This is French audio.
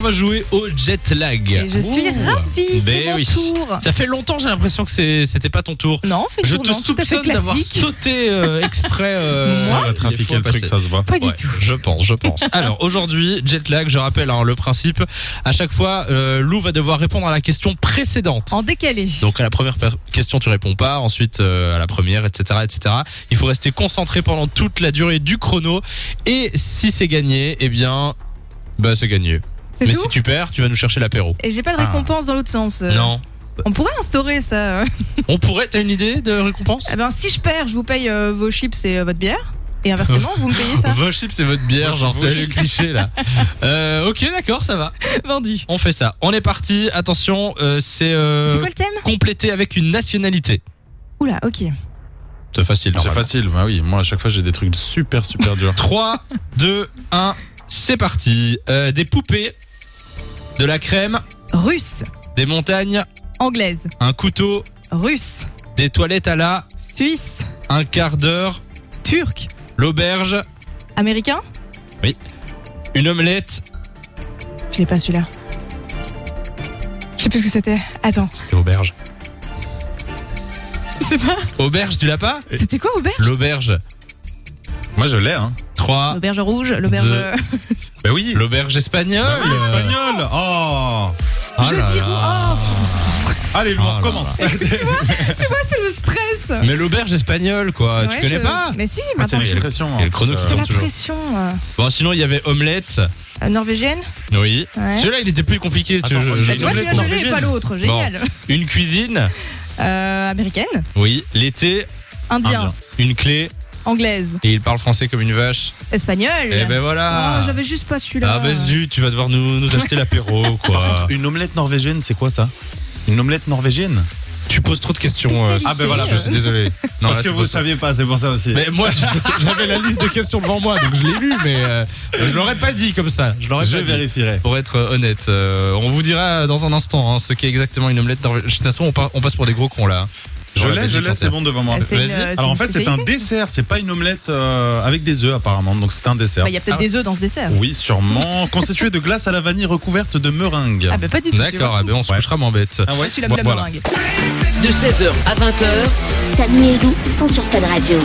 On va jouer au jet lag. Et je suis Ouh. ravie, c'est Ben mon oui. tour. Ça fait longtemps, j'ai l'impression que c'est- c'était pas ton tour. Non, on fait Je toujours te non, tout à fait soupçonne d'avoir classique. sauté euh, exprès. euh, Moi les trafiquer fois le truc, passées. ça se voit. Pas du Ouais, tout. Je pense, je pense. Alors aujourd'hui, jet lag, je rappelle hein, le principe. À chaque fois, euh, Lou va devoir répondre à la question précédente. En décalé. Donc à la première per- question, tu réponds pas. Ensuite, euh, à la première, etc., etc. Il faut rester concentré pendant toute la durée du chrono. Et si c'est gagné, eh bien, bah c'est gagné. C'est Mais tout si tu perds, tu vas nous chercher l'apéro. Et j'ai pas de Ah. récompense dans l'autre sens. Euh, Non. On pourrait instaurer ça. hein. On pourrait, t'as une idée de récompense Eh ben, si je perds, je vous paye euh, vos chips et euh, votre bière. Et inversement, vous me payez bah, ça. Vos chips c'est votre bière, genre Vos t'as chips. le cliché là. Euh, ok, d'accord, ça va. Vendu. On fait ça. On est parti. Attention, euh, c'est euh, C'est quoi le thème complété avec une nationalité. Oula, ok. C'est facile. C'est facile, bah oui. Moi, à chaque fois, j'ai des trucs super, super durs. 3, 2, 1, c'est parti. Euh, des poupées, de la crème, Russe, des montagnes, anglaise, un couteau, russe, des toilettes à la, suisse, un quart d'heure, turc, l'auberge, américain. une omelette. Je l'ai pas celui-là. Je sais plus ce que c'était. Attends, C'était auberge. je sais pas. Auberge, tu l'as pas C'était quoi, auberge L'auberge. Moi, je l'ai, hein. 3, L'auberge rouge, l'auberge. Deux. Bah oui. l'auberge espagnole. Ah, Espagnol. Oh. Ah Ah, Je oh, là dis- là. Allez, le Ah là recommence. Tu vois, c'est le stress. Mais l'auberge espagnole, quoi. Ah, tu Ouais, connais je- pas Mais si, Ah, C'est maintenant. l'expression. il y a le chrono qui C'est la toujours. pression euh, Bon, sinon, il y avait omelette. euh, norvégienne. Oui. Ouais. Celui-là, il était plus compliqué. tu- Attends, je- bah, je- Bah, tu vois, Une celui-là, omelette je l'ai et pas l'autre. Génial. Une cuisine. Euh, américaine, Oui. L'été. indien, Indien. Une clé. anglaise, Et il parle français comme une vache. espagnole. Eh ben voilà. Oh, J'avais juste pas celui-là. ah, bah zut, tu vas devoir nous, nous acheter l'apéro, quoi. Une omelette norvégienne, c'est quoi ça Une omelette norvégienne tu poses trop de questions. euh, Spécialité, ah, ben voilà, euh. je suis désolé. Non, là, Parce que tu vous poses- saviez pas, c'est pour ça aussi. Mais moi, j'avais la liste de questions devant moi, donc je l'ai lu, mais euh, je l'aurais pas dit comme ça. Je l'aurais Je pas dit. vérifierai. Pour être honnête, euh, on vous dira dans un instant hein, ce qu'est exactement une omelette norvégienne. De toute façon, on, par- on passe pour des gros cons là. Je Pour la l'ai, je Belgique l'ai, c'est entière. bon devant moi. Ah, c'est une- Vas-y. euh, Alors en une fait, c'est un spécialité. dessert, c'est pas une omelette euh, avec des œufs apparemment, donc c'est un dessert. Bah, Il y a peut-être Ah. des œufs dans ce dessert. Oui, sûrement. Constitué de glace à la vanille recouverte de meringue. Ah, bah pas du tout. tu D'accord, vois. ah ben on se Ouais. couchera moins bête. Ah ouais Je suis la boule à Voilà. meringue. de 16h à 20h Samy et Lou sont sur Fun Radio.